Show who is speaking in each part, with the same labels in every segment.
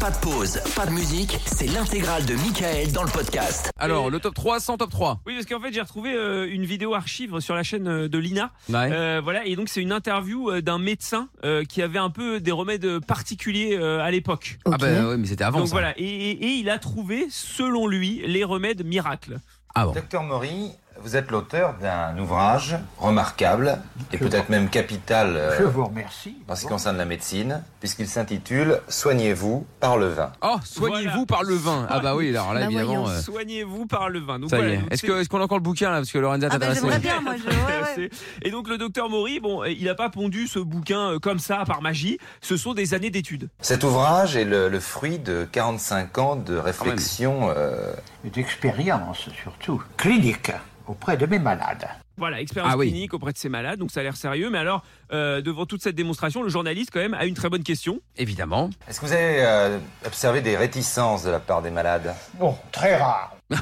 Speaker 1: Pas de pause, pas de musique, c'est l'intégrale de Michael dans le podcast.
Speaker 2: Alors, le top 3 sans top 3.
Speaker 3: Oui, parce qu'en fait, j'ai retrouvé euh, une vidéo archive sur la chaîne euh, de Lina.
Speaker 2: Ouais.
Speaker 3: Euh, voilà, et donc c'est une interview euh, d'un médecin euh, qui avait un peu des remèdes particuliers euh, à l'époque.
Speaker 2: Ah bah ouais, mais c'était avant
Speaker 3: Donc
Speaker 2: ça.
Speaker 3: voilà, et, et- et il a trouvé, selon lui, les remèdes miracles.
Speaker 2: Ah bon.
Speaker 4: Docteur Maury, vous êtes l'auteur d'un ouvrage remarquable et peut-être même capital euh,
Speaker 5: Je vous remercie.
Speaker 4: en ce qui concerne la médecine, puisqu'il s'intitule Soignez-vous par le vin.
Speaker 2: Oh, soignez-vous
Speaker 3: Voilà.
Speaker 2: par le vin. Ah bah oui, alors là
Speaker 6: Bah
Speaker 2: évidemment.
Speaker 6: voyons.
Speaker 2: euh,
Speaker 3: Soignez-vous par le vin. Donc
Speaker 2: ça y
Speaker 3: voilà,
Speaker 2: est.
Speaker 3: donc
Speaker 2: Est-ce
Speaker 3: c'est-
Speaker 2: que- est-ce qu'on a encore le bouquin là parce que Lorenza
Speaker 6: Ah
Speaker 2: t'as
Speaker 6: bah
Speaker 2: intéressé.
Speaker 6: j'aimerais bien, moi je. Ouais, ouais.
Speaker 3: Et donc le docteur Maury, bon, euh, il n'a pas pondu ce bouquin euh, comme ça par magie. Ce sont des années d'études.
Speaker 4: Cet ouvrage est le, le fruit de 45 ans de réflexion euh,
Speaker 5: Et D'expérience surtout. Clinique auprès de mes malades.
Speaker 3: Voilà, expérience
Speaker 2: Ah oui.
Speaker 3: clinique auprès de ces malades. Donc ça a l'air sérieux. Mais alors, euh, devant toute cette démonstration, le journaliste quand même a une très bonne question.
Speaker 2: Évidemment.
Speaker 4: Est-ce que vous avez euh, observé des réticences de la part des malades
Speaker 5: Bon, très rare.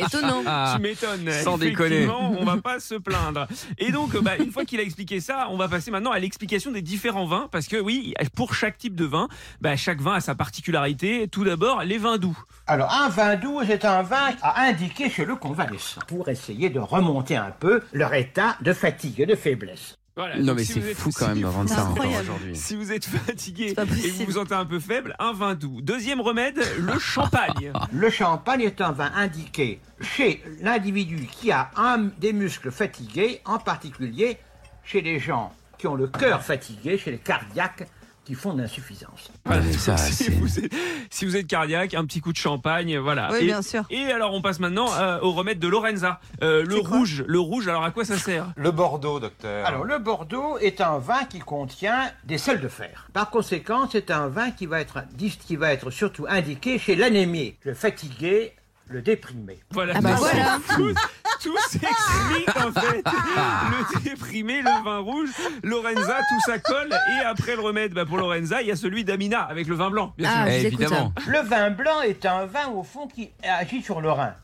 Speaker 6: Étonnant.
Speaker 2: Ah,
Speaker 3: Tu m'étonnes.
Speaker 2: Sans
Speaker 3: Effectivement, On va pas se plaindre. Et donc, bah, une fois qu'il a expliqué ça, on va passer maintenant à l'explication des différents vins. Parce que oui, pour chaque type de vin, bah, chaque vin a sa particularité. Tout d'abord, les vins doux.
Speaker 5: Alors, un vin doux est un vin à indiquer chez le convalescent pour essayer de remonter un peu leur état de fatigue et de faiblesse.
Speaker 3: Voilà.
Speaker 2: non
Speaker 3: Donc,
Speaker 2: mais
Speaker 3: si
Speaker 2: c'est
Speaker 3: vous êtes-
Speaker 2: fou quand
Speaker 3: si
Speaker 2: même
Speaker 3: vous-
Speaker 2: d'entendre ça encore
Speaker 6: Incroyable.
Speaker 2: aujourd'hui.
Speaker 3: Si vous êtes fatigué
Speaker 6: C'est pas
Speaker 3: et vous
Speaker 6: possible.
Speaker 3: vous sentez un peu faible, un vin doux. Deuxième remède, le champagne.
Speaker 2: Ah,
Speaker 5: Le champagne est un vin indiqué chez l'individu qui a un, des muscles fatigués, en particulier chez les gens qui ont le cœur fatigué, chez les cardiaques qui font de l'insuffisance.
Speaker 2: Ah, mais ça,
Speaker 3: si,
Speaker 2: c'est-
Speaker 3: vous êtes, si vous êtes cardiaque, un petit coup de champagne, voilà.
Speaker 6: Oui,
Speaker 3: et,
Speaker 6: bien sûr.
Speaker 3: et alors, on passe maintenant euh, au remède de Lorenza. Euh, le
Speaker 6: C'est quoi
Speaker 3: rouge, le rouge, alors à quoi ça sert
Speaker 4: Le Bordeaux, docteur.
Speaker 5: Alors, le Bordeaux est un vin qui contient des sels de fer. Par conséquent, c'est un vin qui va être, dis- qui va être surtout indiqué chez l'anémie, le fatigué, le déprimé.
Speaker 3: Voilà.
Speaker 6: Ah bah
Speaker 3: Tout-
Speaker 6: voilà.
Speaker 3: Tout, tout s'explique en fait. Le déprimé, le vin rouge, Lorenza, tout ça colle. Et après le remède, bah, pour Lorenza, il y a celui d'Amina avec le vin blanc. bien sûr.
Speaker 6: Ah,
Speaker 2: Eh,
Speaker 6: je l'écoute,
Speaker 2: évidemment.
Speaker 5: Le vin blanc est un vin, au fond, qui agit sur le Rhin.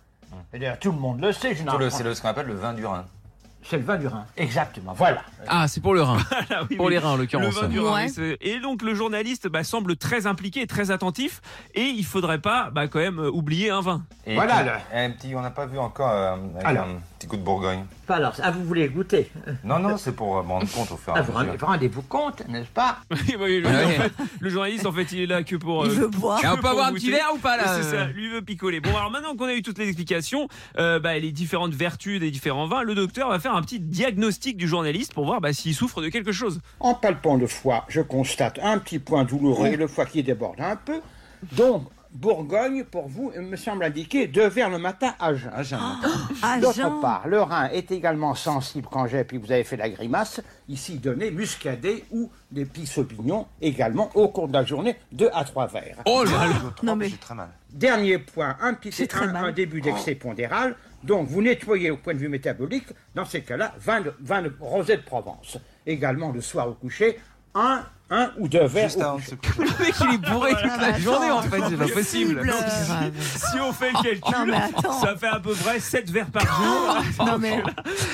Speaker 5: Et D'ailleurs, tout le monde le sait, je n'en
Speaker 4: Tout le-
Speaker 5: prends-
Speaker 4: C'est le- ce qu'on appelle le vin du Rhin.
Speaker 5: C'est le vin du Rhin. Exactement, voilà.
Speaker 2: Ah, c'est pour le rein.
Speaker 3: Voilà, oui,
Speaker 2: Pour
Speaker 3: oui.
Speaker 2: les reins en
Speaker 3: Le
Speaker 2: l'occurrence.
Speaker 3: vin du Rhin,
Speaker 6: Ouais.
Speaker 3: oui, c'est- Et donc le journaliste bah, semble très impliqué, très attentif, et il faudrait pas bah, quand même euh, oublier un vin.
Speaker 4: Et
Speaker 5: Voilà,
Speaker 4: puis,
Speaker 5: le-
Speaker 4: un petit, on n'a pas vu encore euh, avec
Speaker 5: Alors.
Speaker 4: un petit coup de Bourgogne.
Speaker 5: Alors, ah, vous voulez goûter
Speaker 4: Non, non, c'est pour euh, me rendre compte au fur et
Speaker 5: Ah,
Speaker 4: à
Speaker 5: vous
Speaker 4: mesure.
Speaker 5: rendez- rendez-vous compte, n'est-ce pas
Speaker 3: Oui, bah oui, le,
Speaker 2: Ah Ouais.
Speaker 3: en fait, le journaliste, en fait, il est là que pour.
Speaker 6: Il
Speaker 3: euh,
Speaker 6: veut boire.
Speaker 2: Et on
Speaker 3: que
Speaker 2: peut
Speaker 3: pour
Speaker 2: avoir un
Speaker 3: goûter.
Speaker 2: petit verre ou pas là euh
Speaker 3: C'est ça, lui veut picoler. Bon, alors maintenant qu'on a eu toutes les explications, euh, bah, les différentes vertus des différents vins, le docteur va faire un petit diagnostic du journaliste pour voir bah, s'il souffre de quelque chose.
Speaker 5: En palpant le foie, je constate un petit point douloureux et le foie qui déborde un peu. Donc, Bourgogne, pour vous, me semble indiquer deux verres le matin à jeun. À jeun.
Speaker 6: Ah,
Speaker 5: D'autre
Speaker 6: Jean.
Speaker 5: part, le rein est également sensible quand j'ai, puis vous avez fait la grimace, ici donné muscadet ou des petits saupignons également au cours de la journée, deux à trois verres.
Speaker 2: Oh là là.
Speaker 6: Non, mais-
Speaker 4: J'ai très mal.
Speaker 5: Dernier point, un petit
Speaker 6: C'est très
Speaker 5: un,
Speaker 6: mal.
Speaker 5: un début d'excès pondéral, donc vous nettoyez au point de vue métabolique, dans ces cas-là, vin de, vin de rosé de Provence. Également le soir au coucher, un, un ou deux verres
Speaker 4: Juste
Speaker 5: au
Speaker 4: avant de
Speaker 5: coucher.
Speaker 4: se
Speaker 2: Le mec il est bourré toute
Speaker 6: Ah, bah,
Speaker 2: la
Speaker 6: attends.
Speaker 2: journée en fait, c'est pas possible.
Speaker 6: Non,
Speaker 3: Si on fait le calcul,
Speaker 6: Non, mais attends.
Speaker 3: ça fait à peu près 7 verres par jour.
Speaker 6: Non, mais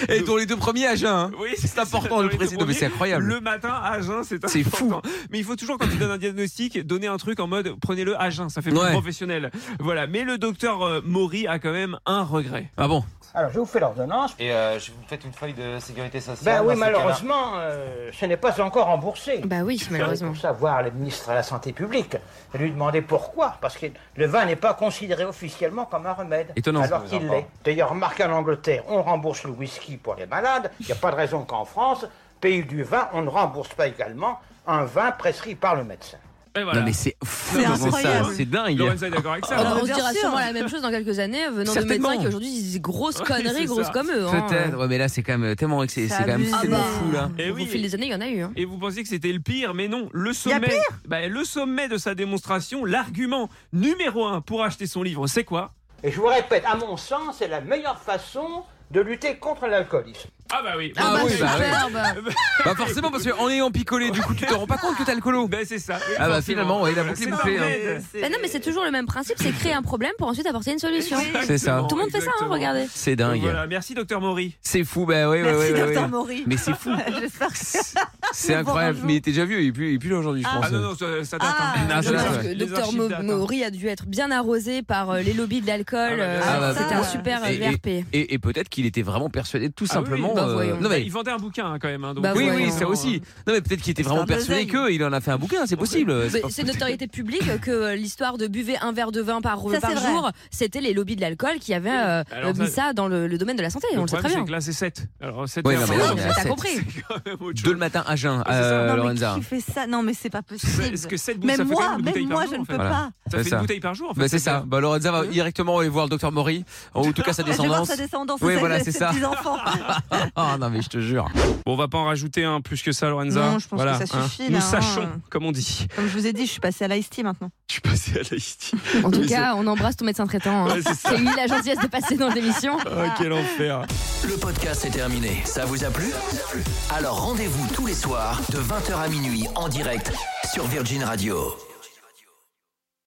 Speaker 2: Et dont les deux premiers à jeun. hein.
Speaker 3: Oui,
Speaker 2: C'est important
Speaker 3: dans
Speaker 2: de le
Speaker 3: les deux
Speaker 2: préciser. Non, mais c'est
Speaker 3: premiers.
Speaker 2: incroyable.
Speaker 3: Le matin à jeun, c'est
Speaker 2: C'est fou.
Speaker 3: important. Mais il faut toujours quand tu donnes un diagnostic, donner un truc en mode prenez-le à jeun, ça fait plus
Speaker 2: Ouais.
Speaker 3: professionnel. Voilà, mais le docteur euh, Maury a quand même un regret.
Speaker 2: Ah bon.
Speaker 5: Alors je vous fais l'ordonnance.
Speaker 4: Et euh, je vous faites une feuille de sécurité sociale
Speaker 5: Ben oui,
Speaker 4: dans ces cas-là
Speaker 5: malheureusement, euh, ce n'est pas encore remboursé.
Speaker 6: bah oui, malheureusement.
Speaker 5: pour ça voir le ministre de la Santé publique et lui demander pourquoi, parce que le vin n'est pas considéré officiellement comme un remède.
Speaker 2: Étonnant,
Speaker 5: Alors
Speaker 4: ça vous
Speaker 5: qu'il
Speaker 4: entend.
Speaker 5: l'est. D'ailleurs, remarquez en Angleterre, on rembourse le whisky pour les malades. Il n'y a pas de raison qu'en France, pays du vin, on ne rembourse pas également un vin prescrit par le médecin.
Speaker 3: Et voilà.
Speaker 2: Non mais c'est fou
Speaker 6: C'est
Speaker 2: comment ça,
Speaker 6: incroyable.
Speaker 2: c'est dingue.
Speaker 3: Lorenza est d'accord avec ça.
Speaker 6: Ah bah, on se
Speaker 3: hein.
Speaker 6: dira
Speaker 7: sûr.
Speaker 6: sûrement la même chose dans quelques années venant de
Speaker 2: Certainement.
Speaker 6: médecins qui aujourd'hui disent grosses
Speaker 3: Ouais, c'est
Speaker 6: conneries, grosses
Speaker 3: ça.
Speaker 6: comme eux. hein.
Speaker 2: Peut-être. Ouais, mais là c'est quand même tellement c'est
Speaker 6: Ça
Speaker 2: c'est quand même
Speaker 6: abuse.
Speaker 2: tellement
Speaker 6: Ah bah.
Speaker 2: fou là.
Speaker 3: Eh
Speaker 6: Au
Speaker 3: oui.
Speaker 6: fil des années, il y en a eu. hein.
Speaker 3: Et vous pensiez que c'était le pire, mais non. Le sommet, bah, le sommet de sa démonstration, l'argument numéro un pour acheter son livre, c'est quoi
Speaker 5: Et je vous répète, à mon sens, c'est la meilleure façon de lutter contre l'alcoolisme.
Speaker 3: Ah bah oui.
Speaker 2: Ah
Speaker 6: bah,
Speaker 2: oui,
Speaker 6: c'est
Speaker 2: bah oui.
Speaker 6: clair, bah.
Speaker 2: Bah forcément parce qu'en ayant picolé, du coup tu te rends pas compte que t'as le colo.
Speaker 3: Ben c'est ça.
Speaker 2: Ah bah, finalement, ouais, la boucle est
Speaker 3: C'est
Speaker 2: bouclée,
Speaker 3: un
Speaker 2: hein.
Speaker 3: remède.
Speaker 6: Bah non, mais c'est toujours le même principe, c'est créer un problème pour ensuite apporter une solution.
Speaker 2: C'est ça.
Speaker 6: Tout le monde fait ça, hein,
Speaker 3: Exactement.
Speaker 6: regardez.
Speaker 2: C'est dingue.
Speaker 3: Voilà, merci docteur Maury.
Speaker 2: C'est fou, bah ouais, ouais, ouais, ouais, ouais.
Speaker 7: Maury.
Speaker 2: Mais c'est fou.
Speaker 7: J'espère que
Speaker 2: C'est- C'est incroyable. Mais il était déjà vieux, il est plus, il est plus là aujourd'hui, je
Speaker 7: Ah.
Speaker 2: pense.
Speaker 3: Ah non, non, ça, ça date.
Speaker 7: Ah,
Speaker 3: hein.
Speaker 2: Non, ça
Speaker 3: Les
Speaker 2: date,
Speaker 3: archives
Speaker 6: dommage que Docteur
Speaker 3: datent, hein.
Speaker 6: Maury a dû être bien arrosé par euh, les lobbies de
Speaker 3: Ah, bah,
Speaker 6: l'alcool.
Speaker 3: bien sûr.
Speaker 6: euh,
Speaker 2: Ah, bah,
Speaker 6: C'était
Speaker 7: ça.
Speaker 6: un super
Speaker 2: Et- et-
Speaker 6: VRP.
Speaker 2: Et, et peut-être qu'il était vraiment persuadé, tout
Speaker 3: Ah
Speaker 2: simplement. euh,
Speaker 3: oui, bah,
Speaker 6: voyons.
Speaker 2: non,
Speaker 3: Bah,
Speaker 2: mais-
Speaker 3: Il vendait un bouquin hein, quand même. hein, donc-
Speaker 6: Bah,
Speaker 2: oui, oui,
Speaker 6: voyons.
Speaker 2: ça aussi. Non, mais peut-être qu'il était vraiment
Speaker 7: un besogne.
Speaker 2: persuadé que il en a fait un bouquin, c'est possible.
Speaker 6: Mais C'est notoriété publique que euh, l'histoire de buvez un verre de vin par,
Speaker 7: Ça,
Speaker 6: par
Speaker 7: c'est vrai.
Speaker 6: jour, c'était les lobbies de l'alcool qui avaient euh,
Speaker 3: Alors,
Speaker 6: mis
Speaker 3: ça-
Speaker 6: ça dans le, le domaine de la santé.
Speaker 3: Le
Speaker 6: on le sait
Speaker 3: problème,
Speaker 6: très bien.
Speaker 3: c'est que là, c'est 7. Alors, 7
Speaker 2: Oui,
Speaker 6: Oui,
Speaker 2: non, mais là,
Speaker 6: mais
Speaker 2: c'est
Speaker 6: t'as
Speaker 2: sept.
Speaker 6: compris.
Speaker 2: Deux le matin à jeun,
Speaker 3: c'est ça.
Speaker 2: euh,
Speaker 7: Non, mais
Speaker 2: Lorenza.
Speaker 7: qui fait ça Non, mais c'est pas possible.
Speaker 3: Est-ce que 7
Speaker 7: Même
Speaker 3: ça fait quand
Speaker 7: moi,
Speaker 3: même une bouteille
Speaker 7: même
Speaker 3: par
Speaker 7: moi,
Speaker 3: jour,
Speaker 7: je
Speaker 3: en
Speaker 7: ne
Speaker 3: fait.
Speaker 7: peux
Speaker 2: Voilà.
Speaker 7: pas.
Speaker 3: Ça fait
Speaker 2: ça.
Speaker 3: une bouteille par jour en fait.
Speaker 2: Bah, c'est ça. Bah, Lorenza va
Speaker 3: Mhm.
Speaker 2: directement aller voir le docteur Maury, en tout cas sa
Speaker 7: Je vais voir
Speaker 2: descendance.
Speaker 7: sa descendance,
Speaker 2: Oui,
Speaker 7: ses-
Speaker 2: voilà, c'est
Speaker 7: ses
Speaker 2: ça.
Speaker 7: petits-enfants.
Speaker 2: Ah non, mais je te jure.
Speaker 3: Bon, on va pas en rajouter un plus que ça, Lorenza.
Speaker 7: Non, je pense que ça
Speaker 3: hein.
Speaker 7: suffit,
Speaker 3: Nous
Speaker 7: là, hein.
Speaker 3: sachons, comme on dit.
Speaker 7: Comme je vous ai dit, je suis passée à l'IST maintenant.
Speaker 3: Je suis passé à l'IST.
Speaker 6: En tout
Speaker 3: Mais
Speaker 6: cas, on embrasse ton médecin traitant. hein.
Speaker 3: Ouais, c'est ça.
Speaker 6: C'est lui la gentillesse de passer dans l'émission.
Speaker 3: Oh, quel enfer.
Speaker 1: Le podcast est terminé. Ça vous a plu Alors rendez-vous tous les soirs de 20h à minuit en direct sur Virgin Radio.